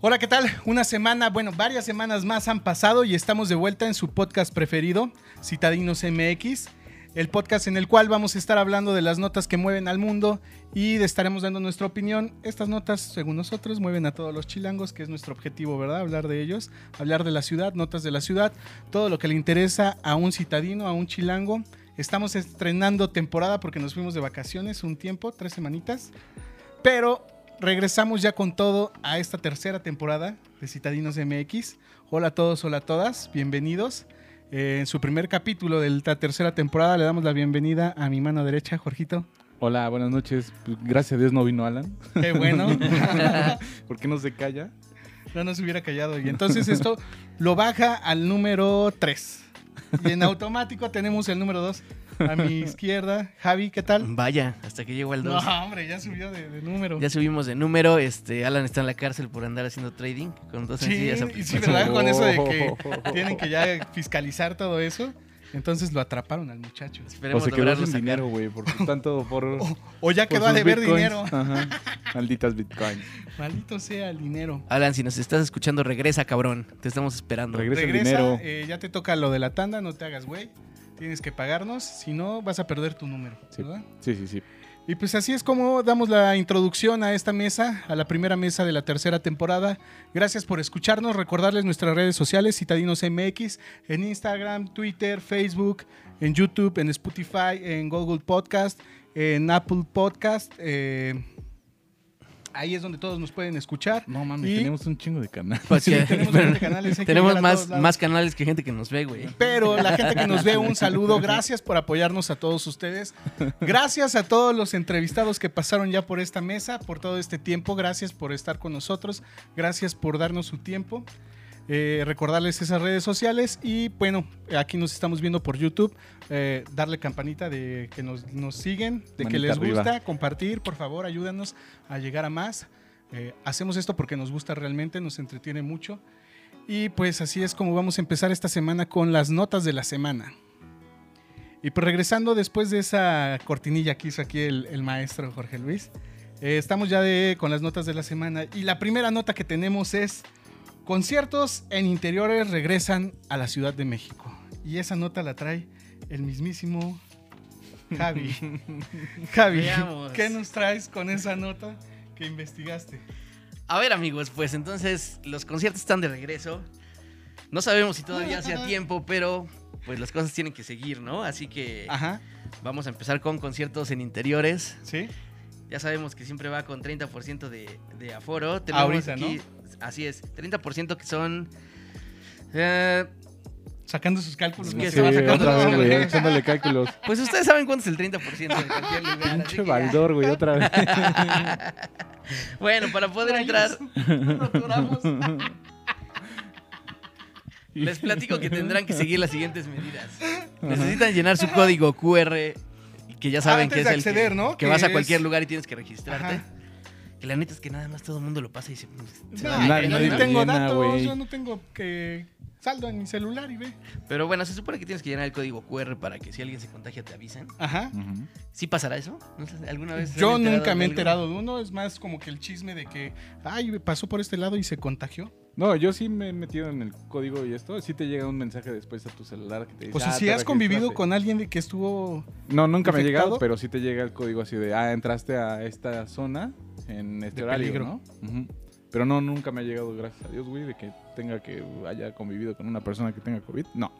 Hola, ¿qué tal? Una semana, bueno, varias semanas más han pasado y estamos de vuelta en su podcast preferido, Citadinos MX, el podcast en el cual vamos a estar hablando de las notas que mueven al mundo y estaremos dando nuestra opinión. Estas notas, según nosotros, mueven a todos los chilangos, que es nuestro objetivo, ¿verdad? Hablar de ellos, hablar de la ciudad, notas de la ciudad, todo lo que le interesa a un citadino, a un chilango. Estamos estrenando temporada porque nos fuimos de vacaciones un tiempo, tres semanitas, pero regresamos ya con todo a esta tercera temporada de Citadinos MX. Hola a todos, hola a todas, bienvenidos. Eh, en su primer capítulo de la tercera temporada le damos la bienvenida a mi mano derecha, Jorgito. Hola, buenas noches. Pues, Gracias a Dios no vino Alan. Qué bueno, ¿Por qué no se calla? no nos hubiera callado. Y entonces esto lo baja al número 3. Y en automático tenemos el número 2 a mi izquierda. Javi, ¿qué tal? Vaya, hasta que llegó al No, 2. hombre, ya subió de, de número. Ya subimos de número. Este, Alan está en la cárcel por andar haciendo trading con dos Sí, sencillas y sí, aplicaciones. ¿verdad? Con eso de Oh. que tienen que ya fiscalizar todo eso. Entonces lo atraparon al muchacho. O Esperemos se quedó lograrlo sin sacar. Oh, dinero, güey, por tanto por... O, o ya por quedó a sus deber bitcoins. dinero. Ajá. Malditas bitcoins. Maldito sea el dinero. Alan, si nos estás escuchando, regresa, cabrón. Te estamos esperando. Regresa, el Regresa, dinero. eh, ya te toca lo de la tanda, no te hagas güey. Tienes que pagarnos, si no vas a perder tu número, Sí. ¿verdad? Sí, sí, sí. Y pues así es como damos la introducción a esta mesa, a la primera mesa de la tercera temporada. Gracias por escucharnos, recordarles nuestras redes sociales, Citadinos MX, en Instagram, Twitter, Facebook, en YouTube, en Spotify, en Google Podcast, en Apple Podcast. eh, ahí es donde todos nos pueden escuchar. No Y- mames, tenemos un chingo de canal. Pues, Sí, que- tenemos 20 canales, hay que tenemos llegar a más, todos lados. más canales que gente que nos ve, güey. Pero la gente que nos ve, un saludo. Gracias por apoyarnos a todos ustedes. Gracias a todos los entrevistados que pasaron ya por esta mesa, por todo este tiempo. Gracias por estar con nosotros. Gracias por darnos su tiempo. Eh, recordarles esas redes sociales y bueno, aquí nos estamos viendo por YouTube. Eh, darle campanita de que nos, nos siguen, de que Manita les arriba. gusta, compartir, por favor, ayúdanos a llegar a más. Eh, hacemos esto porque nos gusta realmente, nos entretiene mucho. Y pues así es como vamos a empezar esta semana con las notas de la semana. Y pues regresando después de esa cortinilla que hizo aquí el, el maestro Jorge Luis, eh, estamos ya de- con las notas de la semana. Y la primera nota que tenemos es, conciertos en interiores regresan a la Ciudad de México. Y esa nota la trae el mismísimo Javi. Javi, Veamos. ¿qué nos traes con esa nota que investigaste? A ver, amigos, pues entonces los conciertos están de regreso. No sabemos si todavía sea tiempo, pero pues las cosas tienen que seguir, ¿no? Así que Eh. Ajá, vamos a empezar con conciertos en interiores. ¿sí? Ya sabemos que siempre va con 30% de, de aforo. Ahorita, Así es, 30% que son... eh, Sacando sus cálculos. Es ¿no? Pues que Sí, estaba sacando otra los vez, güey, canales. echándole cálculos. pues ustedes saben cuánto es el 30% de cualquier lugar. así Pinche que ya. baldor, güey, otra vez. Bueno, para poder entrar, les platico que tendrán que seguir las siguientes medidas. Necesitan llenar su código QR, que ya saben Antes que es de el acceder, que, ¿no? que Que vas a es- cualquier lugar y tienes que registrarte. Ajá. Que la neta es que nada más todo el mundo lo pasa y se... se No, va yo ni Nah, de cañón, nadie ¿no? tengo llena, datos, güey. yo no tengo que saldo en mi celular y ve. Pero bueno, se supone que tienes que llenar el código QR para que si alguien se contagia te avisen. Ajá. Ujú. ¿Sí pasará eso? ¿No sé, ¿Alguna vez se han Yo enterado nunca me he de algo? enterado de uno, es más como que el chisme de que, ay, pasó por este lado y se contagió. No, yo sí me he metido en el código y esto. Sí te llega un mensaje después a tu celular que te dice. O Pues, sea, "Ah, Pues, si te has convivido registraste". con alguien de que estuvo... No, nunca me ha infectado. llegado, pero sí te llega el código así de, ah, entraste a esta zona en este De horario, peligro. ¿no? Ujú. Pero no, nunca me ha llegado, gracias a Dios, güey, de que tenga que haya convivido con una persona que tenga COVID. No.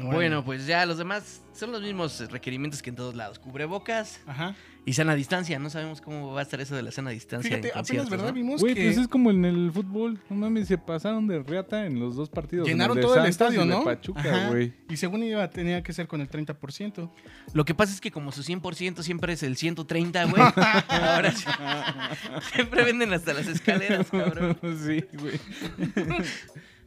Bueno, pues ya los demás son los mismos requerimientos que en todos lados. Cubrebocas Ajá. y sana distancia. No sabemos cómo va a estar eso de la sana distancia Fíjate, en apenas, conciertos, ¿verdad? ¿no? Vimos Güey, que pues es como en el fútbol. No mames, se pasaron de reata en los dos partidos. en llenaron de todo el Santos estadio, y de ¿no? Pachuca, Ajá. güey. Y según iba, tenía que ser con el 30%. Lo que pasa es que como su 100% siempre es el 130, güey. Ahora sí. Ah, Siempre venden hasta las escaleras, cabrón. sí, güey.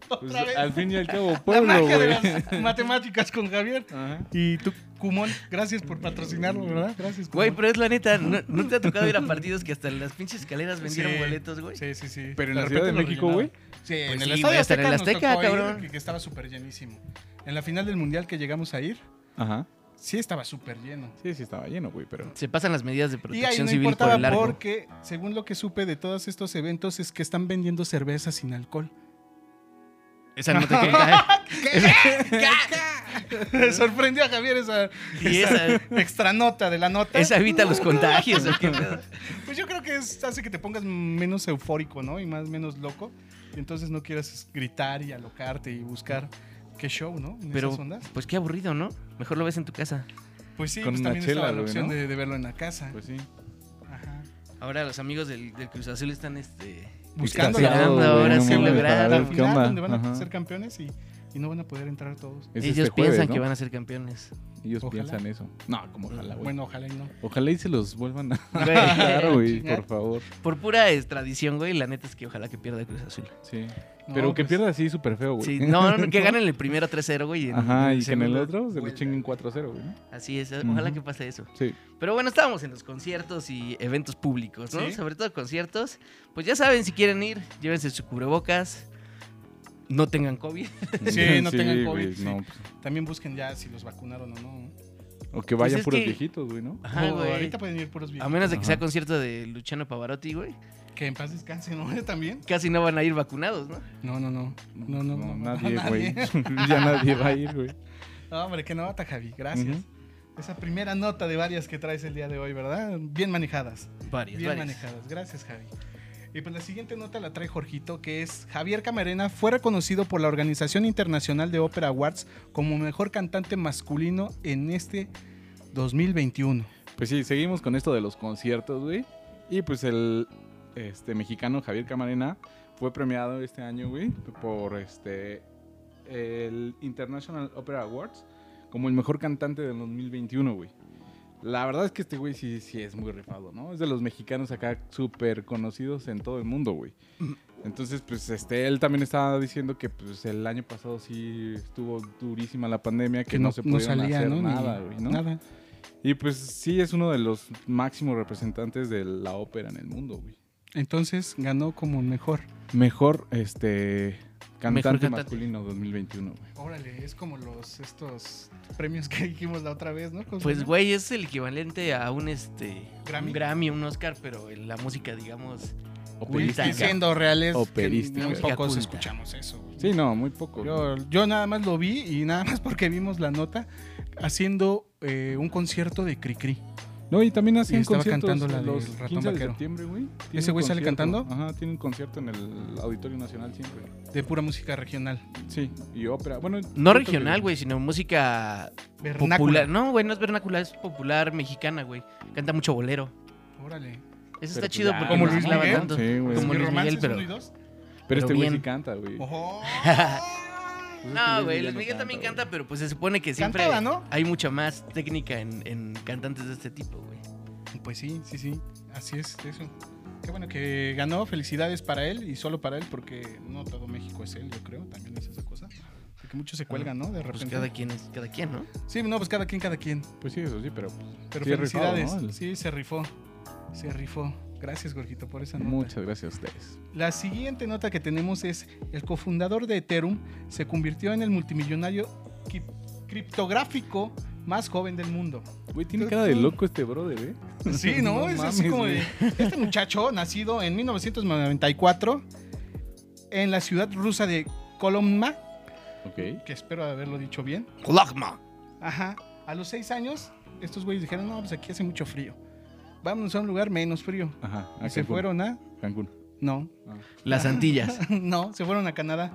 Pues, Otra vez. al fin y al cabo, La pueblo, magia de güey. las matemáticas con Javier. Ajá. Y tú, Kumon, gracias por patrocinarlo, ¿verdad? Gracias, Kumon. Güey, pero es la neta, ¿no, no te ha tocado ir a partidos que hasta en las pinches escaleras vendieron Sí. boletos, güey? Sí, sí, sí. Pero en De la Ciudad de repente lo México, güey. Sí, en el Pues sí, güey, Estadio hasta en Azteca, el nos Azteca, tocó ir, cabrón. que- que estaba súper llenísimo. En la final del Mundial que llegamos a ir, Ajá. Sí, estaba súper lleno. Sí, sí estaba lleno, güey, pero... Se pasan las medidas Y de ahí protección no civil por el importaba largo. porque, según lo que supe de todos estos eventos, es que están vendiendo cerveza sin alcohol. Esa no te queda. Sorprendió a Javier esa, Y esa esa- extra nota de la nota. Esa evita los contagios. ¿o qué pedo? Pues yo creo que es- hace que te pongas menos eufórico, ¿no? Y más menos loco. Y entonces no quieras gritar y alocarte y buscar qué show, ¿no? En Pero, esas ondas. pues qué aburrido, ¿no? Mejor lo ves en tu casa. Pues sí, con pues una también chela, estaba la güey, opción ¿no? de, de verlo en la casa. Pues sí. Ajá. Ahora los amigos del, del Cruz Azul están este. Buscando Está la, cerrado, güey, ahora no sí mames, lograron. para la ver final qué onda. donde van Ajá. a ser campeones y, y no van a poder entrar todos. Es Ellos este jueves, piensan ¿no? que van a ser campeones. Ellos Ojalá. piensan eso. No, como ojalá, güey. Bueno, ojalá y no. Ojalá y se los vuelvan a Güey, dar, güey, chingar. por favor. Por pura es, tradición, güey, la neta es que ojalá que pierda Cruz Azul. Sí. No, pero que pues, pierda así súper feo, güey. Sí, no, no, que ganen el primero 3-0, güey. y en Ajá, y que en el segundo otro se le vuelta. chinguen 4-0, güey. ¿no? Así es, ojalá Ujú. que pase eso. Sí. Pero bueno, estábamos en los conciertos y eventos públicos, ¿no? Sí. Sobre todo conciertos. Pues ya saben, si quieren ir, llévense su cubrebocas. No tengan COVID. Sí, no tengan COVID, güey, sí. no, pues, También busquen ya si los vacunaron o no. O que Pues vayan es puros que- viejitos, güey, ¿no? Ajá, O Ah, güey. ahorita pueden ir puros A viejitos. menos de que Ajá. sea concierto de Luciano Pavarotti, güey. Que en paz descansen, ¿no? También. Casi no van a ir vacunados, ¿no? No, no, no. No, no, no. nadie, güey. ya nadie va a ir, güey. No, hombre, qué nota, Javi. Gracias. Esa primera nota de varias que traes el día de hoy, ¿verdad? Bien manejadas. Varios, Bien varios. manejadas. Gracias, Javi. Y pues la siguiente nota la trae Jorgito, que es Javier Camarena fue reconocido por la Organización Internacional de Opera Awards como mejor cantante masculino en este 2021. Pues sí, seguimos con esto de los conciertos, güey. Y pues el este, mexicano Javier Camarena fue premiado este año, güey, por este el International Opera Awards como el mejor cantante del 2021, güey. La verdad es que este güey sí, sí es muy rifado, ¿no? Es de los mexicanos acá súper conocidos en todo el mundo, güey. Entonces, pues, este, él también estaba diciendo que, pues, el año pasado sí estuvo durísima la pandemia, que, no, se pudieron hacer Ni- nada, güey, ¿no? Nada. Y pues sí es uno de los máximos representantes de la ópera en el mundo, güey. Entonces ganó como el mejor. Mejor este cantante, Mejor cantante. masculino 2021, güey. Órale, es como los estos premios que dijimos la otra vez, ¿no? ¿Cómo se Pues, llama? güey, es el equivalente a un este. Grammy. Un Grammy, un Oscar, pero en la música, digamos. Operística. Es que siendo reales, Operística. que muy pocos Culta. escuchamos eso. güey. Sí, no, muy poco. güey. Yo, yo nada más lo vi y nada más porque vimos la nota haciendo eh, un concierto de Cricri. No, y también Y hacen estaba conciertos cantando la los del ratón 15 de vaquero. septiembre, güey. Tiene ¿Ese un güey sale concierto. cantando? Ajá, tiene un concierto en el Auditorio Nacional siempre. de pura música regional. Sí, y ópera. Bueno, No yo creo regional, que- güey, sino música Vernácula. popular. No, güey, no es vernácula, es popular mexicana, güey. Canta mucho bolero. Órale. Eso Pero está chido ya, porque Como no Luis se clava Miguel. tanto. Sí, güey. Como ¿Mi Luis romance Miguel, es pero. uno y dos? Pero este pero güey sí bien. canta, güey. Ojo. No, güey, Luis no Miguel también canta, canta, pero pues se supone que siempre Cantaba, ¿no? hay mucha más técnica en, en cantantes de este tipo, güey. Pues sí, sí, sí. Así es, eso. Qué bueno que ganó. Felicidades para él y solo para él porque no todo México es él, yo creo. También es esa cosa. Porque muchos se cuelgan, ¿no? De Pues repente. cada quien es cada quien, ¿no? Sí, no, pues cada quien, cada quien. Pues sí, eso sí, pero pues, Pero Sí, rifado, felicidades. ¿no? Sí, se rifó. Se rifó. Gracias, Gorjito, por esa nota. muchas gracias a ustedes. La siguiente nota que tenemos es: el cofundador de Ethereum se convirtió en el multimillonario qui- criptográfico más joven del mundo. Güey, tiene cara de loco este brother, ¿eh? Sí, ¿no? No es así mames, como de. güey. Este muchacho, nacido en 1994 en la ciudad rusa de Kolomna, Ok. que espero haberlo dicho bien. Lagma. Ajá. A los seis años, estos güeyes dijeron: No, pues aquí hace mucho frío. Vámonos a un lugar menos frío. Ajá. a Y se Cancún. fueron a. Cancún. No, Las Antillas. no, se fueron a Canadá.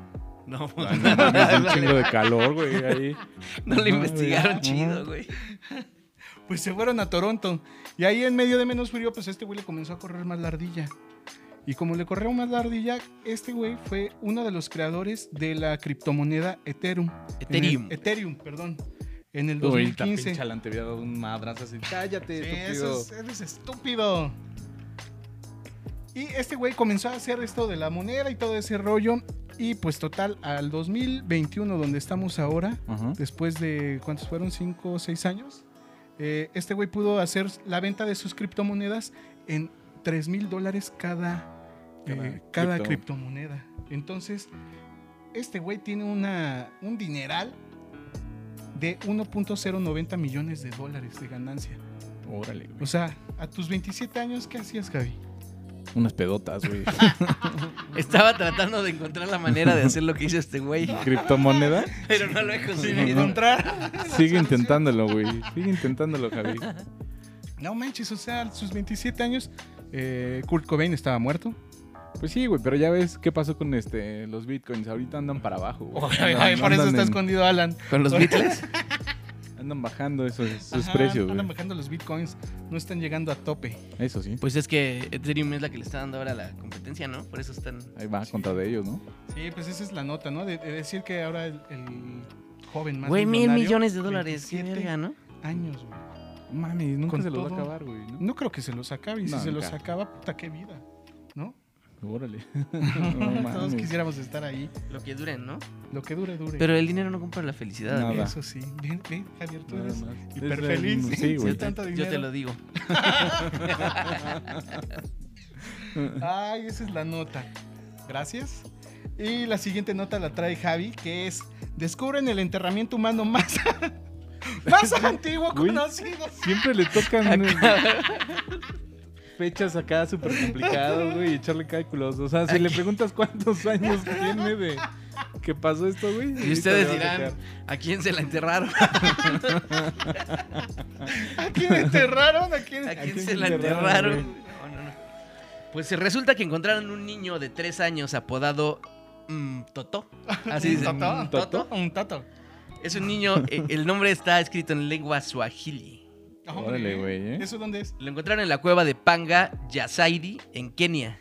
No, Ay, no no, mames, un chingo de calor, güey, ahí. le investigaron Ajá. chido, güey. Pues se fueron a Toronto. Y ahí en medio de menos frío, pues este güey le comenzó a correr más la ardilla. Y como le corrió más la ardilla, este güey fue uno de los creadores de la criptomoneda Ethereum. En el- Ethereum. Ethereum, perdón. En el Uy, esta 2015. pincha la había dado un madrazo así. Cállate, Sí, estúpido. eso es- eres estúpido. Y este güey comenzó a hacer esto de la moneda y todo ese rollo. Y pues total, al 2021, donde estamos ahora, Ajá. después de, ¿cuántos fueron? ¿Cinco o seis años? Eh, este güey pudo hacer la venta de sus criptomonedas en 3 mil dólares cada, Cada eh, cada cripto. criptomoneda. Entonces, este güey tiene una, un dineral de 1.090 millones de dólares de ganancia. Órale, O güey. sea, a tus 27 años, ¿qué hacías, Javi? Unas pedotas, güey. Estaba tratando de encontrar la manera de hacer lo que hizo este güey, ¿Criptomoneda? pero no lo he conseguido. encontrar. Sigue intentándolo, güey. Sigue intentándolo, Javi. No manches, o sea, a sus 27 años, eh, Kurt Cobain estaba muerto. Pues sí, güey, pero ya ves qué pasó con este los bitcoins. Ahorita andan para abajo, güey. Andan- Por eso andan está en- escondido Alan. ¿Con los Beatles? Andan bajando esos, esos Ajá, precios, Andan güey. bajando los bitcoins, no están llegando a tope. Eso sí. Pues es que Ethereum es la que le está dando ahora la competencia, ¿no? Por eso están... Ahí va contra de ellos, ¿no? Sí, pues esa es la nota, ¿no? De, de decir que ahora el, el joven más Güey, mil millonario, millones de dólares. Qué 27 verga, ¿no? años, güey. Mames, nunca Con se los va a todo. acabar, güey. ¿no? No creo que se los acabe. Y si No, se los nunca. acaba, puta, qué vida. ¿No? Órale. No Todos mames. quisiéramos estar ahí. Lo que duren, ¿no? Lo que dure, dure. Pero el dinero no compra la felicidad. No, amigo. nada. Eso sí. Ven, ven, Javier, tú Nada eres más. hiperfeliz. Es- Sí, Sí, güey. está- tanto Yo te dinero. lo digo. Ay, esa es la nota. Gracias. Y la siguiente nota la trae Javi, que es descubren el enterramiento humano más, más antiguo Güey. conocido. Siempre le tocan eh, fechas acá súper complicadas, güey, y echarle cálculos. O sea, si le preguntas cuántos años tiene de que pasó esto, güey. Y ahorita ustedes le vas a dirán, ¿a quién se la enterraron? ¿A quién enterraron? ¿A quién? ¿A ¿A quién quién se la se enterraron, enterraron? No, no, no. Pues se resulta que encontraron un niño de tres años apodado mm, Toto. Así ¿Un dice. toto? mm, Toto. Un tato. Es un niño, eh, el nombre está escrito en lengua suajili. Hombre, Órale, güey, ¿eh? ¿Eso dónde es? Lo encontraron en la cueva de Panga Yasairi, en Kenia,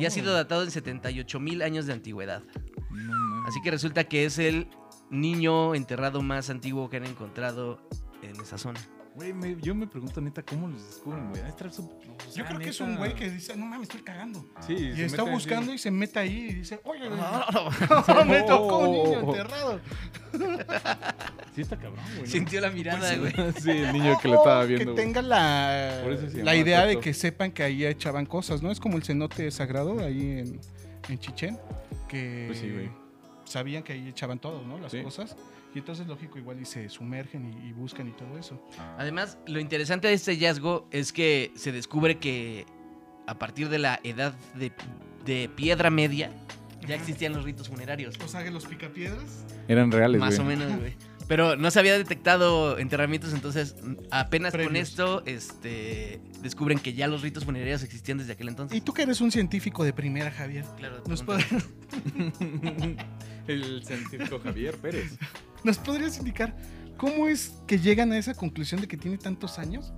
y ha Oh. sido datado en 78 mil años de antigüedad. No, mames. Así que resulta que es el niño enterrado más antiguo que han encontrado en esa zona. Güey, me- yo me pregunto neta cómo los descubren, güey. Ha de estar su- o sea, Oh, Yo creo que es neta. un güey que dice, no mames, estoy cagando. Sí, Y se está meten así. buscando y se mete ahí y dice, oye, Ah. Ah. no. me tocó un niño enterrado. Sí está cabrón, güey. ¿no? Sintió la Pues mirada, güey. Sí, el niño que lo estaba O viendo. Oh, Que güey. tenga la, Por eso se la llama idea de Toto. que sepan que ahí echaban cosas, ¿no? Es como el cenote sagrado ahí en, en Chichén, que Pues sí, güey. sabían que ahí echaban todo, ¿no? Las Sí. cosas. Y entonces, lógico, igual y se sumergen y, y buscan y todo eso. Además, lo interesante de este hallazgo es que se descubre que a partir de la edad de, de piedra media ya existían los ritos funerarios. O sea, que los picapiedras. Eran reales, Más güey. o menos, güey. Pero no se había detectado enterramientos, entonces mm, apenas con Previos. esto este, descubren que ya los ritos funerarios existían desde aquel entonces. Y tú que eres un científico de primera, Javier. Claro, ¿Nos, pregunta. pod- El científico Javier Pérez. ¿Nos podrías indicar cómo es que llegan a esa conclusión de que tiene tantos años?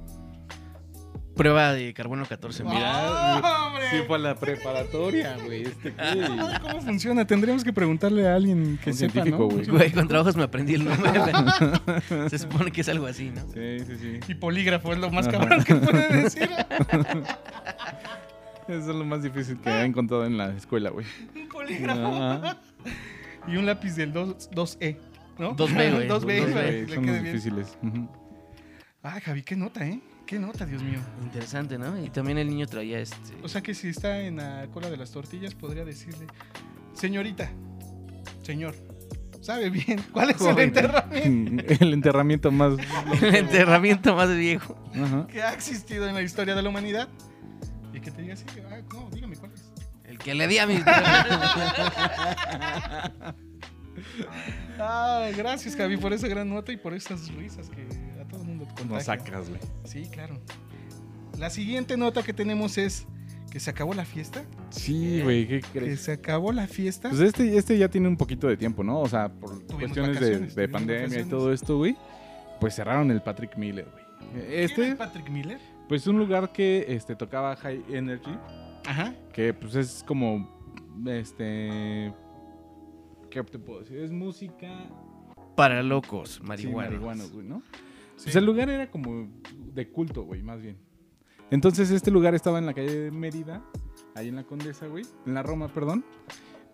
Prueba de carbono 14. Wow. mira. Mira, ¡Ah, hombre! Sí, fue a la preparatoria, güey. Este güey. Ay, ¿Cómo funciona? Tendríamos que preguntarle a alguien que Un sepa, científico, ¿no? güey. Güey, con trabajos me aprendí el nombre. güey. Se supone que es algo así, ¿no? Sí, sí, sí. Y polígrafo es lo más Ajá. cabrón que puede decir. Eso es lo más difícil Ah. que he encontrado en la escuela, güey. Un polígrafo. Ajá. Y un lápiz del 2, 2E, ¿no? 2B, 2B, güey. Los, para güey, que le son los quede bien. difíciles. Ujú. Ah, Javi, qué nota, ¿eh? Qué nota, Dios mío. Interesante, ¿no? Y también el niño traía este. O sea que si está en la cola de las tortillas, podría decirle, señorita, señor, sabe bien cuál es el Joven. enterramiento El enterramiento más. el enterramiento más viejo. Ajá. que ha existido en la historia de la humanidad. Y que te diga así, ah, no, dígame cuál es. El que le di a mi. Ah, gracias, Javi, por esa gran nota y por esas risas que a todo el mundo contagian. No sacas, güey. Sí, claro. La siguiente nota que tenemos es que se acabó la fiesta. Sí, güey, ¿qué Que crees? se acabó la fiesta. Pues este, este ya tiene un poquito de tiempo, ¿no? O sea, por cuestiones de, vacaciones, de tuvimos pandemia y vacaciones. todo esto, güey. Pues cerraron el Patrick Miller, güey. ¿Quién Este, es Patrick Miller. pues un lugar que este, tocaba High Energy, Ajá. que pues es como, este, ¿qué te puedo decir? Es música Para locos, sí, marihuana. marihuana, güey, ¿no? Sí. Pues el lugar era como de culto, güey, más bien. Entonces este lugar estaba en la calle de Mérida, ahí en la Condesa, güey, en la Roma, perdón.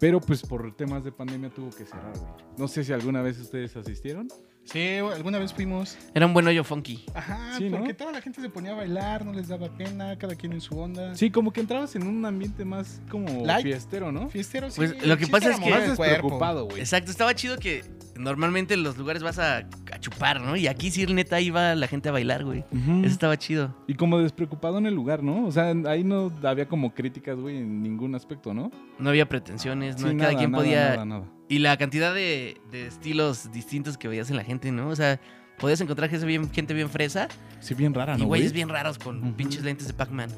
Pero pues por temas de pandemia tuvo que cerrar, güey. No sé si alguna vez ustedes asistieron. Sí, alguna vez fuimos. Era un buen hoyo funky. Ajá, Sí, ¿no? porque toda la gente se ponía a bailar, no les daba pena, cada quien en su onda. Sí, como que entrabas en un ambiente más como Light. fiestero, ¿no? Fiesteros. Pues, lo que pasa es que- Más Más despreocupado, güey. Exacto, estaba chido que normalmente en los lugares vas a, a chupar, ¿no? Y aquí sí, neta, iba la gente a bailar, güey. Ujú. Eso estaba chido. Y como despreocupado en el lugar, ¿no? O sea, ahí no había como críticas, güey, en ningún aspecto, ¿no? No había pretensiones, ¿no? Sí, Cada nada, quien nada, podía... Nada, nada. Y la cantidad de, de estilos distintos que veías en la gente, ¿no? O sea, podías encontrar gente bien, gente bien fresa Sí, bien rara, y Ah, ¿no, güey? güeyes bien raros con Ujú. pinches lentes de Pac-Man.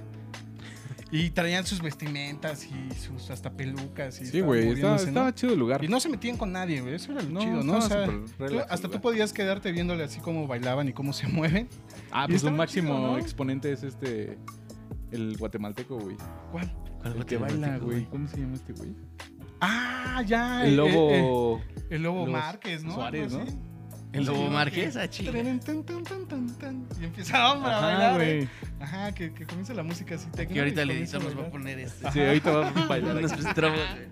Y traían sus vestimentas y sus hasta pelucas. Y Sí, estaban güey, estaba, moviéndose, ¿no? estaba chido el lugar. Y no se metían con nadie, güey. Eso era lo No, chido, ¿no? O estaba sea, súper tú- relax, hasta güey. tú podías quedarte viéndole así cómo bailaban y cómo se mueven. Ah, y pues estaba un máximo chido, ¿no? exponente es este. El guatemalteco, güey. ¿Cuál? ¿Cuál El que baila, güey. ¿Cómo se llama este güey? Ah, ya. El eh, eh, lobo. el lobo los Márquez, ¿no? Suárez, Algo así. El Sí, Lobo güey, Márquez, que- ah, chinga. Tan, tan, tan, tan, tan, tan. Y empieza hombre, a Ajá, bailar. güey. eh. Ajá, que, que comience la música así. Que técnica ahorita y el comience editor nos va bailar. a poner este. Sí, ahorita va a bailar. unos aquí. estrobos, güey.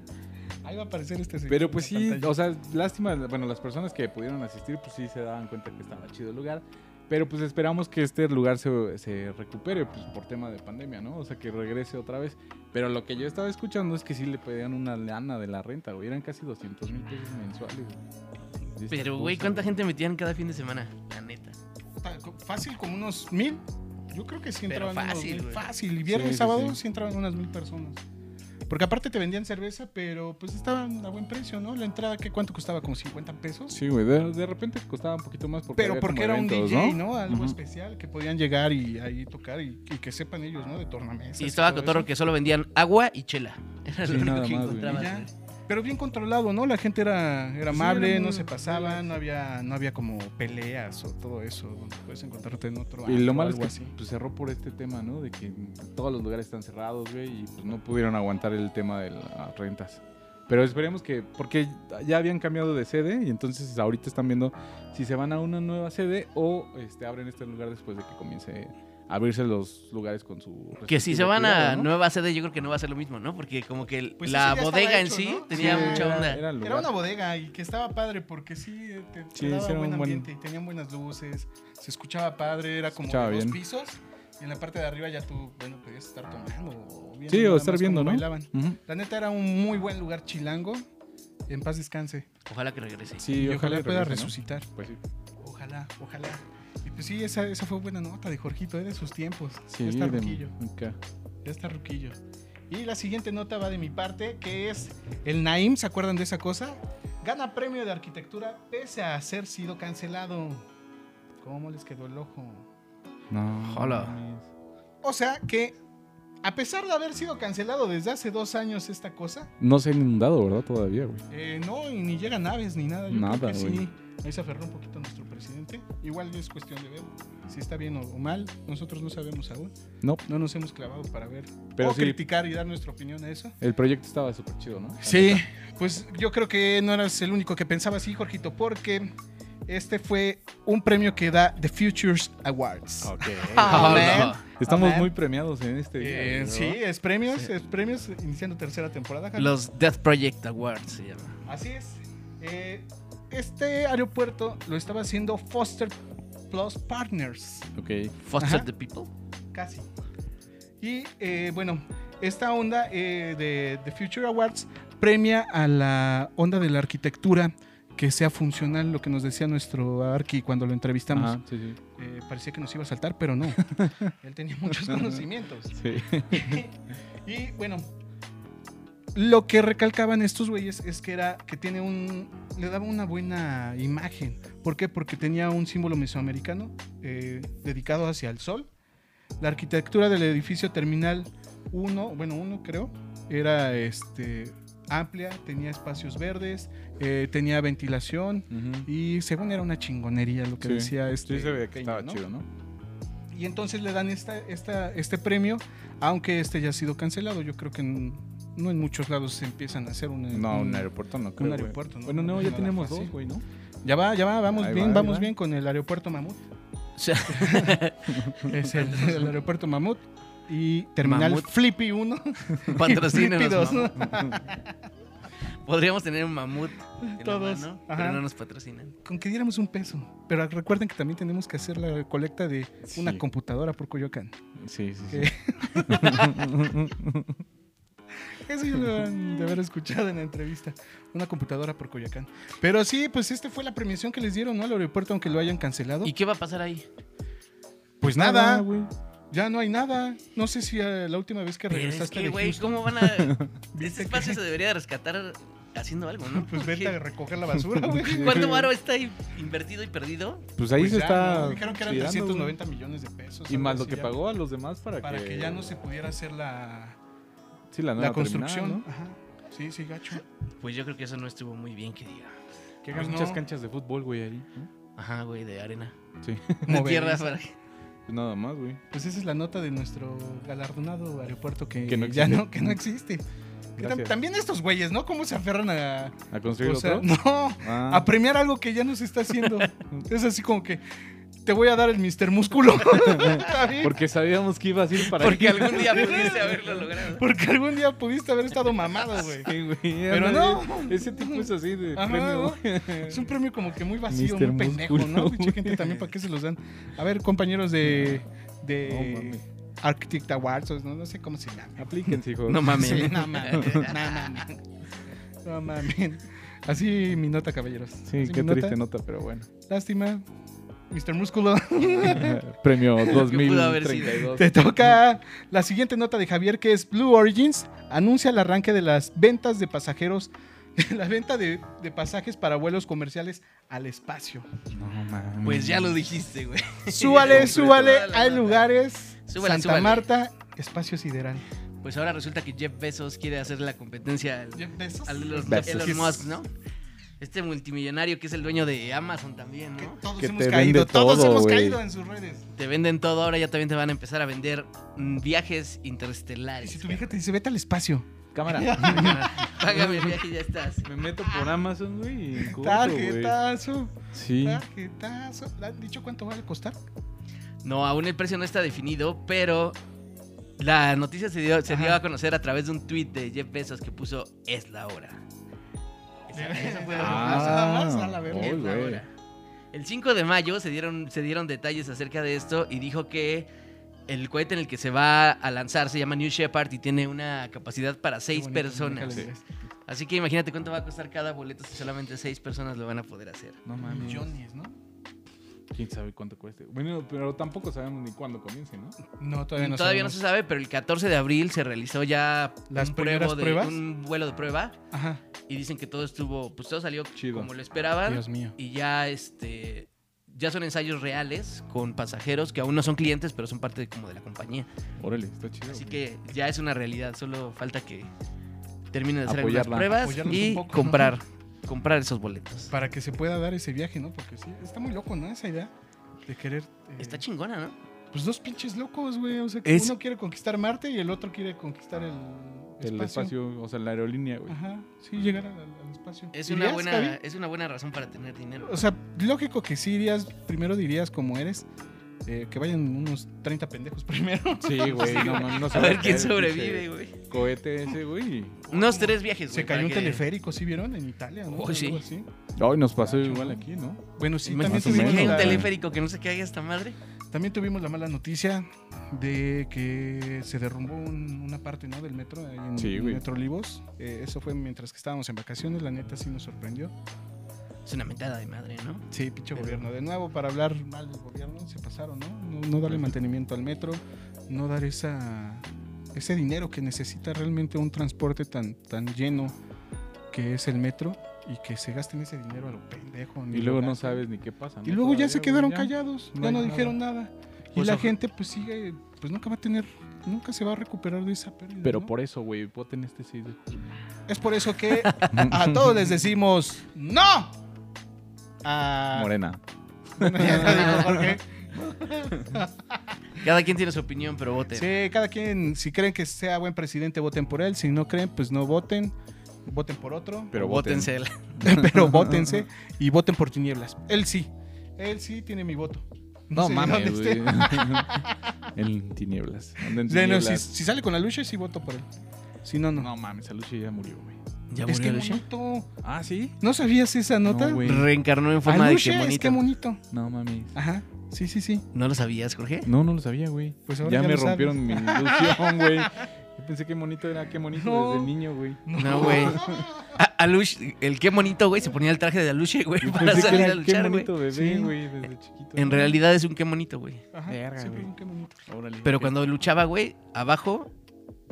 Ahí va a aparecer este señor Pero en pues la sí, pantalla. o sea, lástima, bueno, las personas que pudieron asistir, pues sí se daban cuenta que estaba chido el lugar. Pero pues esperamos que este lugar se, se recupere, pues por tema de pandemia, ¿no? O sea, que regrese otra vez. Pero lo que yo estaba escuchando es que sí le pedían una lana de la renta, güey. Eran casi 200 mil pesos mensuales, "Pues, güey. De esta Pero, güey, cosa, ¿cuánta gente metían cada fin de semana? La neta. Ta- co- Fácil, como unos mil. Yo creo que sí Pero entraban unos fácil, mil. güey. Fácil. Y viernes Sí, y sí, sábado sí. sí. entraban unas mil personas. Porque aparte te vendían cerveza, pero pues estaban a buen precio, ¿no? La entrada, ¿qué cuánto costaba? ¿Como 50 pesos? Sí, güey, de, de repente costaba un poquito más porque Pero había porque como era eventos, un DJ, ¿no? Algo Ujú. especial que podían llegar y ahí tocar y, y que sepan ellos, ¿no? De tornamesas. Y estaba todo Cotorro eso. que solo vendían agua y chela. Era Sí, lo único nada que más, güey. encontrabas. Y ya. güey. Pero bien controlado, ¿no? La gente era, era Sí, amable, era muy no se pasaba, relax. no había, no había como peleas o todo eso. donde Puedes encontrarte en otro Y lo antro o malo es algo que así. pues, cerró por este tema, ¿no? De que todos los lugares están cerrados, güey, y pues, no pudieron aguantar el tema de las rentas. Pero esperemos que, porque ya habían cambiado de sede y entonces ahorita están viendo si se van a una nueva sede o este, abren este lugar después de que comience a abrirse los lugares con su... pues, Que si se respectivo van a cuidado, ¿no? nueva sede, yo creo que no va a ser lo mismo, ¿no? Porque como que el- Pues la ese ya estaba bodega en hecho, sí ¿no? tenía Sí, mucha era- onda. Era, el Era lugar. una bodega y que estaba padre porque sí, eh, te, te Sí, daba sí, era buen un buen- ambiente y tenían buenas luces, se escuchaba padre, era como escuchaba de dos bien. pisos y en la parte de arriba ya tú, bueno, podías estar tomando o viendo Sí, o nada estar más viendo, cómo ¿no? bailaban. Ujú. La neta era un muy buen lugar chilango. En paz descanse. Ojalá que regrese. Sí, Y, ojalá, ojalá, pueda regrese, ¿no? resucitar. Pues sí. Ojalá, ojalá. Y pues sí, esa, esa fue buena nota de Jorgito, ¿eh? de sus tiempos. Sí, ya está de- ruquillo, acá. ya está ruquillo. Y la siguiente nota va de mi parte, que es el Naim, ¿se acuerdan de esa cosa? Gana premio de arquitectura pese a ser sido cancelado. ¿Cómo les quedó el ojo? No. Ojalá. mames. O sea que, a pesar de haber sido cancelado desde hace dos años esta cosa, No se ha inundado, ¿verdad? Todavía, güey. Eh, no, y ni llegan aves ni nada. Yo Nada, creo que güey. sí. Ahí se aferró un poquito nuestro presidente. Igual es cuestión de ver si está bien o, o mal. Nosotros no sabemos aún. No. No nos hemos clavado para ver. Pero o sí, criticar y dar nuestra opinión a eso. el proyecto estaba súper chido, ¿no? La Sí, neta. pues yo creo que no eras el único que pensaba así, Jorgito, porque este fue un premio que da The Futures Awards. Ok. Ah, Ojalá. man. Estamos Ah, muy premiados en este día. Eh, ¿verdad? sí, es premios, Sí. es premios iniciando tercera temporada. Javi. Los Death Project Awards se llama. Así es. Eh, este aeropuerto lo estaba haciendo Foster Plus Partners, Ok. Foster Ajá. the People. casi. Y eh, bueno, esta onda eh, de The Future Awards premia a la onda de la arquitectura que sea funcional, lo que nos decía nuestro Arqui cuando lo entrevistamos. Ajá, sí, sí. Eh, parecía que nos iba a saltar, pero no. Él tenía muchos conocimientos. Sí. Y bueno, lo que recalcaban estos güeyes es que era que tiene un. le daba una buena imagen. ¿Por qué? Porque tenía un símbolo mesoamericano eh, dedicado hacia el sol. La arquitectura del edificio terminal 1, bueno, 1 creo, era este amplia, tenía espacios verdes, eh, tenía ventilación y según era una chingonería lo que Sí. decía este Sí, se ve Peña, que estaba ¿no? chido, ¿no? Eh, Y entonces le dan esta, esta, este premio, aunque este ya ha sido cancelado. Yo creo que en- no en muchos lados se empiezan a hacer un, No, un- un aeropuerto no creo. güey. aeropuerto, ¿no? Bueno, No no, es ya nada tenemos fácil. dos, güey, ¿no? Ya va, ya va, vamos Ahí bien, va, ahí vamos va. bien con el aeropuerto Mamut. O sea, Es el, el aeropuerto Mamut y terminal Mamut. Flippy 1. Flippy patrocínenos. 2, ¿no? mamut. Podríamos tener un mamut en Todos, la mano, ajá. pero no nos patrocinan. Con que diéramos un peso. Pero recuerden que también tenemos que hacer la colecta de una Sí. computadora por Coyoacán. Sí, sí, sí. Que- Eso ya lo han de haber escuchado en la entrevista. Una computadora por Coyacán. Pero sí, pues esta fue la premiación que les dieron, ¿no? Al aeropuerto, aunque lo hayan cancelado. ¿Y qué va a pasar ahí? pues nada, güey. ya no hay nada. No sé si eh, la última vez que Pero es regresaste que, de güey, Houston, ¿cómo van a...? Este espacio se debería de rescatar haciendo algo, ¿no? pues vete a Porque recoger la basura, güey. ¿Cuánto varo está in- invertido y perdido? Pues ahí Pues se ya, está. ¿no? Dijeron que eran cuidando, 390 millones de pesos. güey. Y algo más lo así que ya, pagó a los demás para, Para que ya no se pudiera hacer la, Sí, la, nueva la construcción. terminal, Ajá. Sí, sí, gacho. Pues yo creo que eso no estuvo muy bien que diga. ¿no? Que Pues hagan muchas no. canchas de fútbol, güey, ahí. ¿no? Ajá, güey, de arena. Sí. De tierra. Movediza. para- Pues nada más, güey. Pues esa es la nota de nuestro galardonado aeropuerto que, Que no ya existe. no, que no existe. Que tam- Gracias. también estos güeyes, ¿no? ¿Cómo se aferran a, ¿A construir o sea, otro? no, Ah, a premiar algo que ya no se está haciendo? es así como que te voy a dar el Mister Músculo. Está bien, porque sabíamos que ibas a ir para Porque ahí. algún día pudiste haberlo logrado. Porque algún día pudiste haber estado mamado, güey. Sí, güey, Pero ándale. no. Ese tipo es así de Ajá, premio. Es un premio como que muy vacío, Mister muy pendejo, Músculo, ¿no? Mucha güey. gente también, ¿para qué se los dan? A ver, compañeros de, de No mames. Architect Awards, o no, no sé cómo se llama. Aplíquense, hijo. No mames. Sí, no mames, no mames. No mames. Así mi nota, caballeros. Sí, Así qué mi nota. triste nota, pero bueno. Lástima. Mr. Músculo, Premio que pudo haber sido. 2032. te toca la siguiente nota de Javier, que es Blue Origins. Anuncia el arranque de las ventas de pasajeros, la venta de, de pasajes para vuelos comerciales al espacio. No mames. Pues ya lo dijiste, güey. Súbale, Hombre, súbale, toda la hay nota. lugares. Súbale, Santa súbale. Marta, espacio sideral. Pues ahora resulta que Jeff Bezos quiere hacer la competencia al, al Elon, Bezos. Elon Musk, ¿no? Este multimillonario que es el dueño de Amazon también, Que ¿no? todos Que hemos te caído, vende todos todo, hemos güey. caído en sus redes. Te venden todo, ahora ya también te van a empezar a vender mm, viajes Y interestelares. si tu vieja te dice, vete al espacio. Cámara. Págame el viaje y ya estás. Me meto por Amazon, güey. y en corto, güey. Tarjetazo, Sí. tarjetazo. ¿Le han dicho cuánto vale costar? No, aún el precio no está definido, pero la noticia se dio, se dio Ajá. a conocer a través de un tweet de Jeff Bezos que puso es la hora. Esa- esa fue la- Ah, Ah, a la verga. oh, Es la güey. hora. El 5 de mayo se dieron, se dieron detalles acerca de esto y dijo que el cohete en el que se va a lanzar se llama New Shepard y tiene una capacidad para Qué 6 bonito, personas. déjale inglés. Así que imagínate cuánto va a costar cada boleto si solamente 6 personas lo van a poder hacer. No mames. Millones, ¿no? ¿Quién sabe cuánto cueste? Bueno, pero tampoco sabemos ni cuándo comience, ¿no? No, todavía no Todavía no se sabe, pero el 14 de abril se realizó ya ¿Las un, primeras pruebo de- pruebas? un vuelo de prueba sabemos. Ajá. y dicen que todo estuvo, pues todo salió Chido. como lo esperaban Dios mío. y ya este ya son ensayos reales con pasajeros que aún no son clientes, pero son parte de- como de la compañía. Órale, está chido. Así güey. que ya es una realidad, solo falta que terminen de hacer Apoyarla. algunas pruebas Apoyarnos y un poco, ¿no? comprar comprar esos boletos. Para que se pueda dar ese viaje, ¿no? Porque sí, está muy loco, ¿no? Esa idea de querer. eh, Está chingona, ¿no? Pues dos pinches locos, güey. O sea, que Es- uno quiere conquistar Marte y el otro quiere conquistar el, El espacio, o sea, la aerolínea, güey. Ajá, sí, llegar al, al espacio. Es ¿Irías, una buena Javi? es una buena razón para tener dinero. O sea, lógico que sí irías, primero dirías como eres, eh, que vayan unos 30 pendejos primero. Sí, güey. No, no, no A sabe ver eh, quién qué, pinche sobrevive, güey. Cohete ese, güey. Unos tres viajes, güey. Se cayó para un que- teleférico, ¿sí vieron? En Italia, ¿no? Oh, Algo sí. así. Ay, nos pasó igual aquí, ¿no? Bueno, sí, también Imagínate más o si tuvimos, menos. cae un la, teleférico que no se caiga esta madre. también tuvimos la mala noticia de que se derrumbó un- una parte, ¿no? Del metro, ahí en, Sí, en güey. Metro Olivos. Eh, eso fue mientras que estábamos en vacaciones, la neta sí nos sorprendió. Es una mentada de madre, ¿no? Sí, pinche Pero- gobierno. De nuevo, para hablar mal del gobierno, se pasaron, ¿no? No, no darle mantenimiento al metro, no dar esa, ese dinero que necesita realmente un transporte tan, tan lleno que es el metro y que se gasten ese dinero a lo pendejo. ni Y luego lo no gasten. sabes ni qué pasa. ¿no? Y luego ya se Todavía, quedaron güey, ya. callados, No ya hay no nada. dijeron nada. Y Pues, la ojalá. gente pues sigue, pues nunca va a tener, nunca se va a recuperar de esa pérdida. Pero ¿no? por eso, güey, voten este 6 de Es por eso que a todos les decimos ¡No! A... Morena. Ya lo dijo Jorge. Cada quien tiene su opinión, pero vote. Sí, cada quien, si creen que sea buen presidente, voten por él. Si no creen, pues no voten. Voten por otro. Pero voten. Vótense. Pero votense y voten por Tinieblas. Él sí. Él sí tiene mi voto. No sé mames, dónde esté. güey. en tinieblas. Anda en Bueno, tinieblas. si, si sale con la lucha, sí voto por él. Si no, no. No mames, Aluche ya murió, güey. Ya es que murió Lucia. bonito. Ah, ¿sí? ¿No sabías esa nota? No, güey. Reencarnó en forma de Aluche, que es que bonito. No mames. Ajá. Sí, sí, sí. ¿No lo sabías, Jorge? No, no lo sabía, güey. Pues ahora ya, ya me lo sabes. rompieron mi ilusión, güey. Yo pensé que monito era qué monito No. desde niño, güey. No, güey. A- Alush, el qué bonito, güey, se ponía el traje de Alush, güey, Yo para pensé que salir era a qué luchar, güey. monito Sí. bebé, güey, desde chiquito. En realidad es un qué bonito, güey. Ajá, Verga, siempre güey. un qué bonito. Órale. Pero cuando luchaba, güey, abajo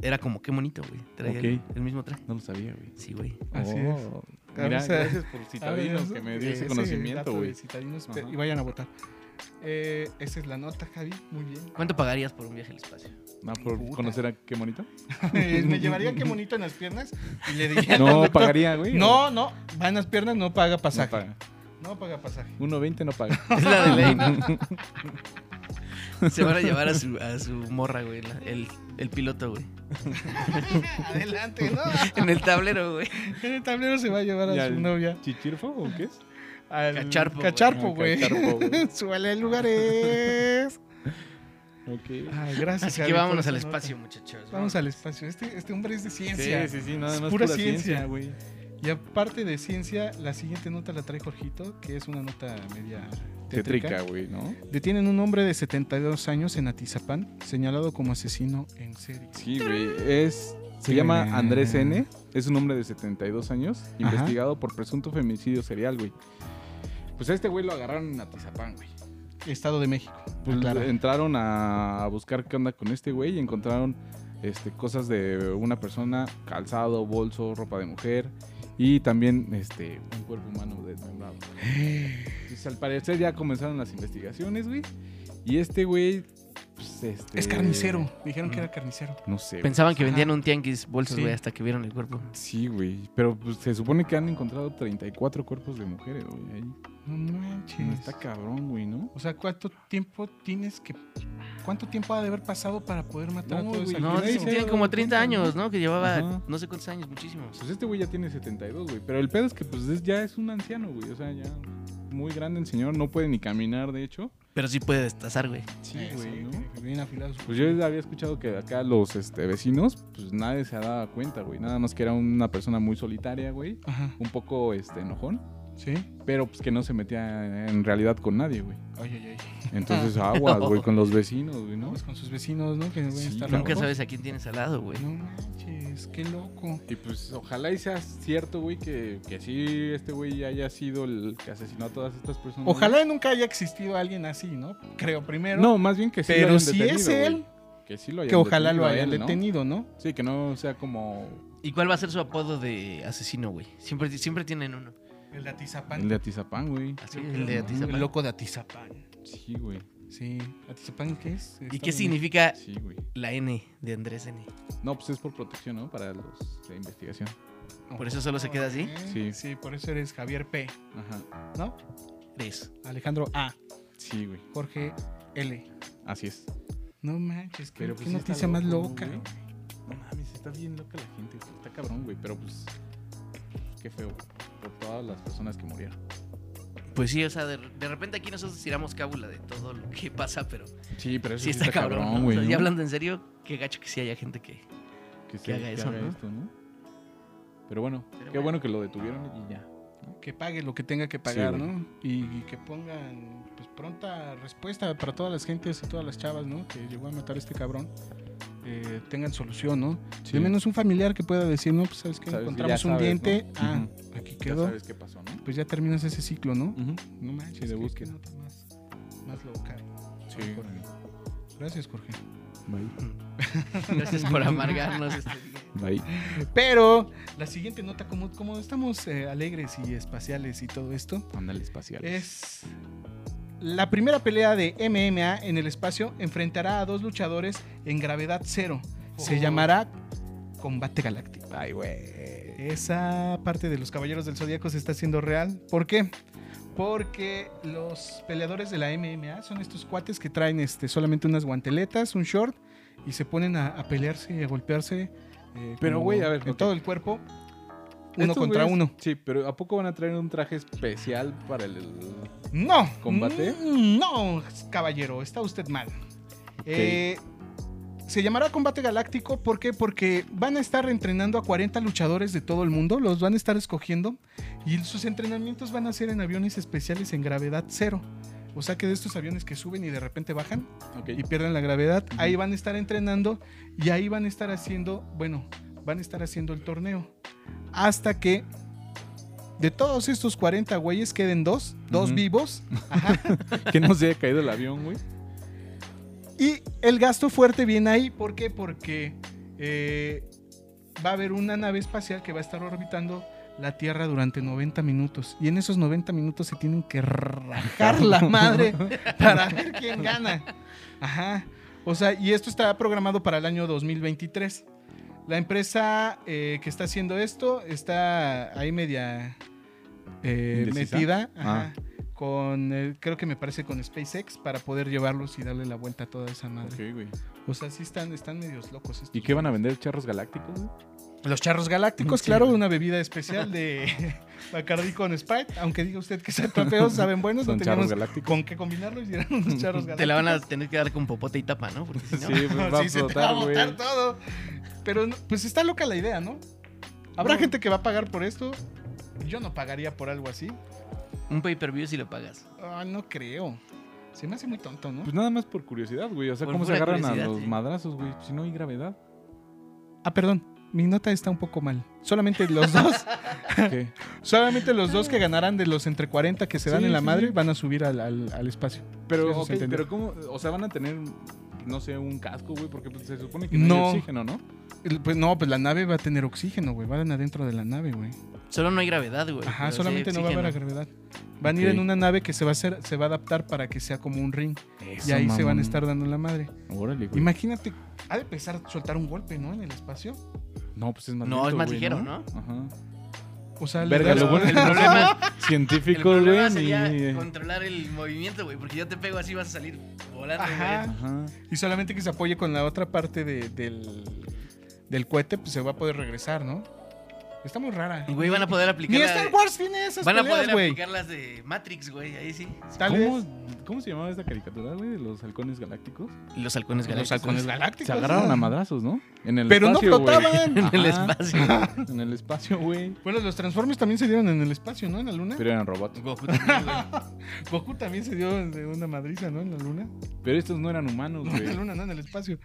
era como qué bonito, güey. Traía el- Ok. el, mismo traje. No lo sabía, güey. Oh. Sí, güey. Así es. Mira, O sea, gracias por citadinos que me dio ese conocimiento, güey. Ajá. Y vayan a votar. Eh, esa es la nota, Javi. Muy bien. ¿Cuánto pagarías por un viaje al espacio? No, Ah, por Puta. conocer a qué monito. Eh, Me llevaría qué bonito en las piernas y le diría. al No conductor, pagaría, güey. No, no. Va en las piernas, no paga No pasaje. paga. No paga pasaje. 1.20 no paga. Es la de ley, ¿no? Se van a llevar a su, a su morra, güey, la- el, el piloto, güey. Adelante, ¿no? En el tablero, güey. En el tablero se va a llevar Y a su al- novia. ¿Chichirfo o qué es? Al Cacharpo, güey. Cacharpo, Ah, güey. cacharpo, güey. Súbale lugares. Ok. Ay, gracias. Así que Javi, por vámonos esa al nota. espacio, muchachos. Vamos al espacio. Este, este hombre es de ciencia. Sí, sí, sí, nada Es más pura pura, ciencia. ciencia, güey. Y aparte de ciencia, la siguiente nota la trae Jorgito, que es una nota media tétrica. Tétrica, güey, ¿no? Detienen un hombre de 72 años en Atizapán, señalado como asesino en serie. Sí, güey. Es. Se Sí. llama Andrés N. Es un hombre de 72 años, investigado por presunto femicidio serial, güey. Pues a este güey lo agarraron en Atizapán, güey. Estado de México. Pues Aclara. entraron a, a buscar qué onda con este güey y encontraron este, cosas de una persona, calzado, bolso, ropa de mujer y también este, un cuerpo humano desmembrado. Entonces, al parecer ya comenzaron las investigaciones, güey. Y este güey, pues, este... Es carnicero. Dijeron que Mm. era carnicero. No sé. güey. Pensaban que vendían un tianguis bolsas, Sí. güey, hasta que vieron el cuerpo. Sí, güey. Pero pues, se supone que han encontrado 34 cuerpos de mujeres, güey. Ahí. No manches. No está cabrón, güey, ¿no? O sea, ¿cuánto tiempo tienes que... ¿Cuánto tiempo ha de haber pasado para poder matar No, a todos güey, No, nadie dicen, se tienen da como cuenta, 30 años, ¿no? Que llevaba Ajá. no sé cuántos años, muchísimos. Pues este güey ya tiene 72, güey. Pero el pedo es que pues es- ya es un anciano, güey. O sea, ya muy grande el señor. No puede ni caminar, de hecho. Pero sí puede destazar, güey. Sí, güey, ¿no? Bien afilados. Pues yo había escuchado que acá los este, vecinos, pues nadie se daba cuenta, güey. Nada más que era una persona muy solitaria, güey. Ajá. Un poco este, enojón. ¿Sí? Pero pues que no se metía en realidad con nadie, güey. Ay, ay, ay. Entonces Ah, aguas, No. güey, con los vecinos, güey, No, ¿no? pues con sus vecinos, ¿no? Que van a Sí, estar Nunca locos. sabes a quién tienes al lado, güey. No manches, qué loco. Y pues ojalá y sea cierto, güey, que, que sí este güey haya sido el que asesinó a todas estas personas. güey. Ojalá nunca haya existido alguien así, ¿no? Creo primero. No, más bien que sí. lo pero hayan si es detenido, él, güey. Que sí lo hayan que ojalá lo detenido a hayan él, ¿no? detenido, ¿no? Sí, que no sea como ¿Y cuál va a ser su apodo de asesino, güey? Siempre, siempre tienen uno. El de Atizapán. el de Atizapán, güey. Así, el de Atizapán. El loco de Atizapán. Sí, güey. Sí. ¿Atizapán qué es? ¿Y Está qué bien. significa Sí, güey. la N de Andrés N? No, pues es por protección, ¿no? Para los de investigación. ¿Por eso solo se queda así? Ok. Sí. Sí. por eso eres Javier P, Ajá. ¿no? Tres. Alejandro A, Sí, güey. Jorge L. Así es. No manches, qué, Pero qué pues sí noticia está más loco, loca. ¿no, güey? No mames, está bien loca la gente. güey. Está cabrón, güey. Pero pues. Qué feo, güey. Por todas las personas que murieron. Pues sí, o sea, de, de repente aquí nosotros tiramos cábula de todo lo que pasa, pero sí, Sí, pero eso está, cabrón. ¿no? O güey. sea, ¿no? ya hablando en serio, qué gacho que sí haya gente que... que, que haga eso, ¿no? esto, ¿no? Pero bueno, Pero qué bueno. bueno que lo detuvieron y ya. Que pague lo que tenga que pagar, güey. ¿no? Y, y que pongan pues, pronta respuesta para todas las gentes y todas las chavas, ¿no? Que llegó a matar a este cabrón. eh, tengan solución, ¿no? Sí. De menos un familiar que pueda decir, no, pues sabes que Sabes, encontramos ya un sabes, diente, ¿no? ah, aquí Ya quedó, sabes qué pasó, ¿no? pues ya terminas ese ciclo, ¿no? No Sí, manches, de qué- qué búsqueda. nota más, más loca. Sí. Jorge. Gracias, Jorge. Bye. Gracias por amargarnos este día. Bye. Pero la siguiente nota, como, como estamos eh, alegres y espaciales y todo esto, Ándale espacial. es la primera pelea de MMA en el espacio enfrentará a dos luchadores en gravedad cero. Se Oh. llamará Combate Galáctico. Ay, güey. Esa parte de los Caballeros del Zodíaco se está haciendo real. ¿Por qué? Porque los peleadores de la MMA son estos cuates que traen este, solamente unas guanteletas, un short, y se ponen a, a pelearse y a golpearse. eh, Pero, como güey, a ver, En ok. todo el cuerpo, uno Estos contra güeyes- uno. Sí, pero ¿a poco van a traer un traje especial para el. el- ¡No! ¿Combate? Mm, No, caballero, está usted mal. Eh, se llamará Combate Galáctico, ¿por qué? Porque van a estar entrenando a 40 luchadores de todo el mundo, los van a estar escogiendo y sus entrenamientos van a ser en aviones especiales en gravedad cero. O sea que de estos aviones que suben y de repente bajan Ok. y pierden la gravedad, ahí van a estar entrenando y ahí van a estar haciendo, bueno, van a estar haciendo el torneo. Hasta que de todos estos 40 güeyes queden dos, dos Ujú. vivos. Ajá. Que no se haya caído el avión, güey. Y el gasto fuerte viene ahí, ¿por qué? Porque eh, va a haber una nave espacial que va a estar orbitando la Tierra durante 90 minutos. Y en esos 90 minutos se tienen que rajar la madre para ver quién gana. Ajá. O sea, y esto está programado para el año 2023. La empresa eh, que está haciendo esto está ahí media eh, Indecisa. metida. Ajá. Con, eh, creo que me parece con SpaceX para poder llevarlos y darle la vuelta a toda esa madre. Ok, güey. O sea, sí están, están medios locos. estos ¿Y qué van a güeyes. vender? ¿Charros galácticos? güey? Los charros galácticos, Sí, claro, güey. una bebida especial de Bacardi con Sprite. Aunque diga usted que son feos, saben buenos, no Son charros teníamos galácticos. con qué combinarlos y eran unos charros galácticos. Te la van a tener que dar con popote y tapa, ¿no? Porque si no... Sí, pues, va Sí, a se te va a flotar, güey. botar todo. Pero no- pues está loca la idea, ¿no? Habrá gente que va a pagar por esto. Yo no pagaría por algo así. Un pay-per-view si lo pagas. Ah, no creo. Se me hace muy tonto, ¿no? Pues nada más por curiosidad, güey. O sea, Por ¿cómo se pura agarran a curiosidad, los sí. madrazos, güey? Si no hay gravedad. Ah, perdón. Mi nota está un poco mal. Solamente los dos. ¿Qué? Solamente los dos que ganarán de los entre 40 que se dan Sí, en la sí, madre sí. van a subir al, al- al espacio. Pero, Eso se ok, entendió. pero ¿cómo? O sea, van a tener, no sé, un casco, güey, porque pues, se supone que No. no, hay oxígeno, ¿no? El- Pues no, pues la nave va a tener oxígeno, güey. Van adentro de la nave, güey. Solo no hay gravedad, Pues, güey. pero Ajá, sí solamente no va a oxígeno. haber gravedad. Van a ir Ok. en una nave que se va a hacer, se va a adaptar para que sea como un ring. y ahí se van a estar dando la madre. Órale, güey. Imagínate, ha de pesar soltar un golpe, ¿no? En el espacio. No, pues es más No, es más güey, ligero, Ajá. O sea, le Verga, das- lo bueno El problema, el Científico, problema güey. sería ni- controlar el movimiento, güey. Porque yo te pego así, vas a salir volando. Ajá. güey. Ajá. Y solamente que se apoye con la otra parte de- del, del cohete, pues se va a poder regresar, ¿no? Está muy rara. Güey, van a poder Ni aplicar. la Star de- Wars tiene esas Van a peleas, poder güey. aplicar las de Matrix, güey. Ahí sí. Tal vez. ¿Cómo, ¿Cómo se llamaba esta caricatura, güey? De los halcones galácticos. Los halcones galácticos. Los halcones galácticos. Se agarraron a madrazos, ¿no? En el Pero no espacio, güey. flotaban. En el Ajá. espacio. En el espacio, güey. Bueno, los Transformers también se dieron en el espacio, ¿no? En la luna. Pero eran robots. Goku también, güey. Goku también se dio de una madriza, ¿no? En la luna. Pero estos no eran humanos, No, en la güey. luna, no, en el espacio.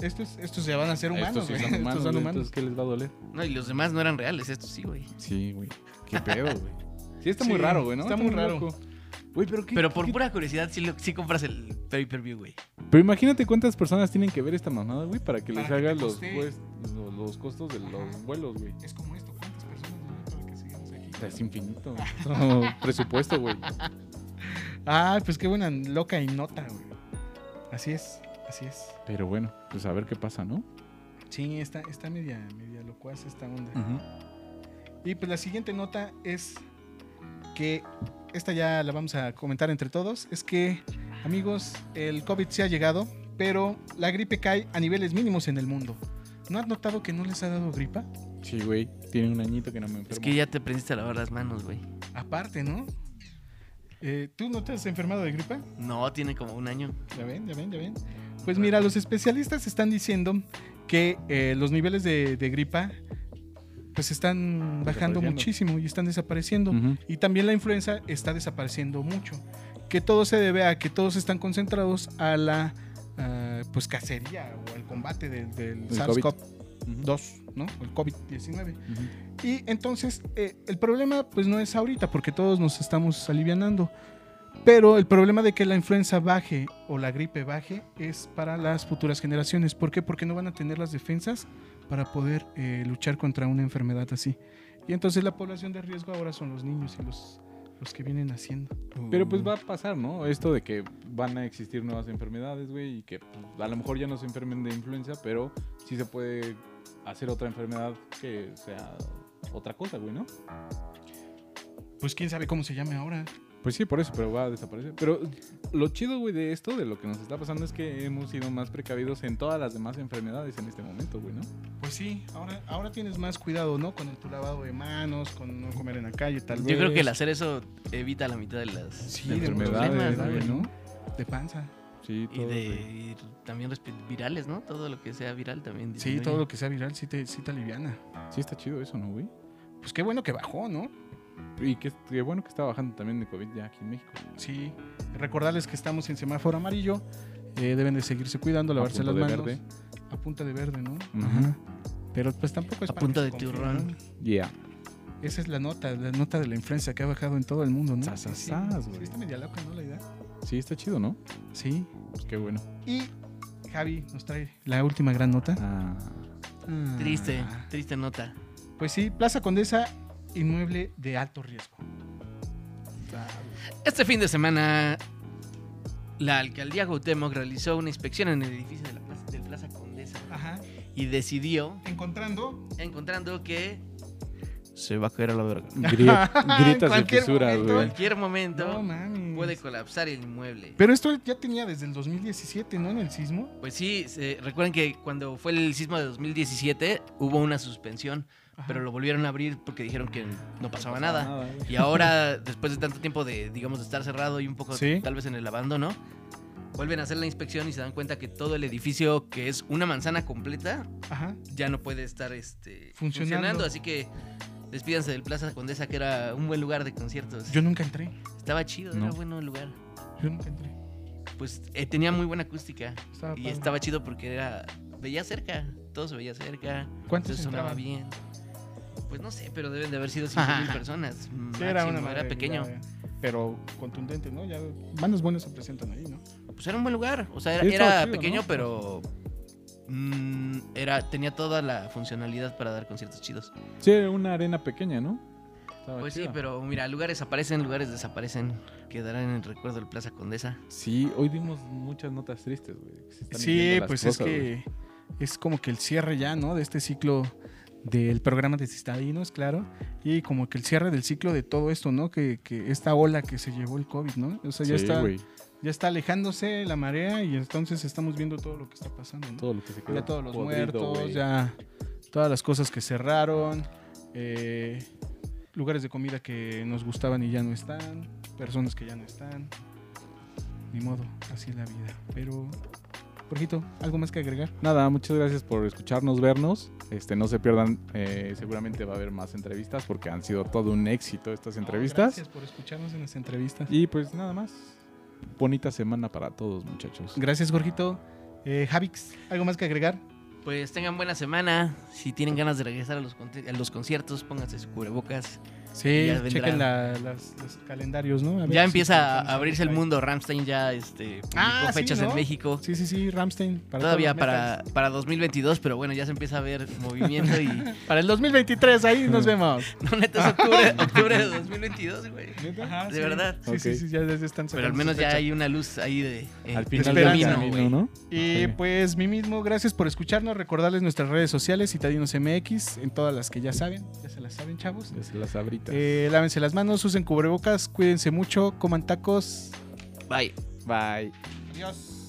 Estos, estos ya van a ser humanos, Estos sí güey. son humanos. Estos son güey, humanos. Entonces, ¿qué les va a doler? No, y los demás no eran reales, estos sí, güey. Sí, güey. Qué pedo, güey. Sí, está Sí, muy raro, güey, ¿no? está muy raro. loco. Güey, pero qué. Pero por qué- pura curiosidad, sí, lo- sí compras el pay-per-view, güey. Pero imagínate cuántas personas tienen que ver esta mamada, güey, para que les Para que hagan te los, costee. pues- los, los costos de Ajá. los vuelos, güey. Es como esto, ¿cuántas personas hay para que sigamos aquí? O sea, Es infinito. Todo presupuesto, güey. Ah, pues qué buena loca y nota, güey. Así es, así es. Pero bueno, pues a ver qué pasa, ¿no? Sí, está, está media, media locuaz esta onda. Mm. Y pues la siguiente nota es que esta ya la vamos a comentar entre todos. Es que, amigos, el COVID se ha llegado, pero la gripe cae a niveles mínimos en el mundo. ¿No has notado que no les ha dado gripa? Sí, güey. Tiene un añito que no me enfermo. Es que ya te aprendiste a lavar las manos, güey. Aparte, ¿no? Eh, ¿Tú no te has enfermado de gripa? No, tiene como un año. Ya ven, ya ven, ya ven. Pues mira, los especialistas están diciendo que eh, los niveles de, de gripa pues están bajando Desapareciendo. muchísimo y están desapareciendo. Ujú. Y también la influenza está desapareciendo mucho. Que todo se debe a que todos están concentrados a la ah, pues cacería o al combate del, del El SARS-CoV-2, Ujú. ¿no? El COVID-19. Ujú. Y entonces eh, el problema pues no es ahorita porque todos nos estamos alivianando. Pero el problema de que la influenza baje o la gripe baje es para las futuras generaciones. ¿Por qué? Porque no van a tener las defensas para poder eh, luchar contra una enfermedad así. Y entonces la población de riesgo ahora son los niños y los, los que vienen haciendo. Pero pues va a pasar, ¿no? Esto de que van a existir nuevas enfermedades, güey, y que pues, a lo mejor ya no se enfermen de influenza, pero sí se puede hacer otra enfermedad que sea otra cosa, güey, ¿no? Pues quién sabe cómo se llame ahora. Pues sí, por eso, pero va a desaparecer. Pero lo chido, güey, de esto, de lo que nos está pasando, es que hemos sido más precavidos en todas las demás enfermedades en este momento, güey, ¿no? Pues sí, ahora, ahora tienes más cuidado, ¿no? Con el tu lavado de manos, con no comer en la calle, tal Yo vez. creo que el hacer eso evita la mitad de las Sí, de los de Enfermedades, problemas, güey, ¿no? ¿no? De panza. Sí, Y todo. de güey. y también respi- virales, ¿no? Todo lo que sea viral también. Sí, todo lo que sea viral sí te, sí te aliviana. Sí está chido eso, ¿no, güey? Pues qué bueno que bajó, ¿no? Y qué, qué bueno que está bajando también de COVID ya aquí en México. Sí, recordarles que estamos en semáforo amarillo. eh, deben de seguirse cuidando, lavarse las punto de manos. verde. A punta de verde, ¿no? Ajá. Pero pues tampoco es A para punta que de se confíen, turrón. ¿no? Yeah. Esa es la nota, la nota de la influencia que ha bajado en todo el mundo, ¿no? Sas, sas, Sí, sas, sí, güey. está media loca, ¿no? La idea. Sí, está chido, ¿no? Sí. Pues qué bueno. Y Javi nos trae la última gran nota. Ah, Ah. Mm, Triste, triste nota. Pues sí, Plaza Condesa, inmueble de alto riesgo. Este fin de semana, la alcaldía Cuauhtémoc realizó una inspección en el edificio de la plaza, del Plaza Condesa Ajá. y decidió, Encontrando. encontrando que se va a caer a la verga. gri- En gritas de cualquier fisuras, momento. güey. En cualquier momento No mames. puede colapsar el inmueble. Pero esto ya tenía desde el 2017, ¿no? En el sismo. Pues sí, se- recuerden que cuando fue el sismo de 2017 hubo una suspensión, Ajá. pero lo volvieron a abrir porque dijeron que no pasaba nada. güey. Y ahora, después de tanto tiempo de, digamos, de estar cerrado y un poco Sí. tal vez en el abandono, vuelven a hacer la inspección y se dan cuenta que todo el edificio, que es una manzana completa, Ajá. ya no puede estar este, Funcionando. Así que despídanse del Plaza Condesa, que era un buen lugar de conciertos. Yo nunca entré. Estaba chido, No. era bueno el lugar. Yo nunca entré. Pues eh, tenía muy buena acústica Estaba y padre. estaba chido porque era... Veía cerca, todo se veía cerca. ¿Cuántos se sonaba entraban? bien. Pues no sé, pero deben de haber sido 5.000 personas. Sí, era máximo, una madre, pequeño. ya, Pero contundente, ¿no? Ya bandas buenas se presentan ahí, ¿no? pues era un buen lugar. O sea, era, Sí, estaba era chido, pequeño, ¿no? pero mm, era, tenía toda la funcionalidad para dar conciertos chidos. Sí, era una arena pequeña, ¿no? Estaba Pues sí, chida. pero mira, lugares aparecen, lugares desaparecen. Quedarán en el recuerdo del Plaza Condesa. Sí, hoy dimos muchas notas tristes, güey. que se están Sí, yendo las pues es cosas, que güey. es como que el cierre ya, ¿no? De este ciclo del programa de citadinos, claro. Y como que el cierre del ciclo de todo esto, ¿no? Que, que esta ola que se llevó el COVID, ¿no? O sea, ya, Sí, está, güey, ya está alejándose la marea y entonces estamos viendo todo lo que está pasando, ¿no? todo lo que se quedó ya todos los podrido, muertos, güey. ya todas las cosas que cerraron, eh, lugares de comida que nos gustaban y ya no están, personas que ya no están. Ni modo, así es la vida. Pero, Jorgito, ¿algo más que agregar? Nada, muchas gracias por escucharnos, vernos. Este, no se pierdan, eh, seguramente va a haber más entrevistas porque han sido todo un éxito estas entrevistas. Gracias por escucharnos en las entrevistas. y pues nada más. Bonita semana para todos, muchachos. Gracias, Jorgito. Eh, Javix, ¿algo más que agregar? Pues tengan buena semana. Si tienen ganas de regresar a los, conte- a los conciertos, pónganse su cubrebocas. Sí, Ya vendrá. chequen la- las- los calendarios, ¿no? A ver Ya si empieza estamos a abrirse el ahí. mundo. Ramstein ya este, publicó Ah, sí, fechas ¿no? en México. Sí, sí, sí, Ramstein. Todavía todos los metales. para, para 2022, pero bueno, ya se empieza a ver movimiento y... Para el 2023, ahí nos vemos. No, neta, es octubre, octubre de 2022, güey. Ajá, De verdad. Sí, Ok. sí, sí, ya desde están Pero al sacando menos su ya fecha. hay una luz ahí de, eh, Al del final del camino, camino, güey. ¿no? Y Sí. pues, mi mismo, gracias por escucharnos. Recordarles nuestras redes sociales, Citadinos MX, en todas las que ya saben. Ya se las saben, chavos. Es las abritas. Eh, lávense las manos, usen cubrebocas, cuídense mucho, coman tacos. Bye. Bye. Adiós.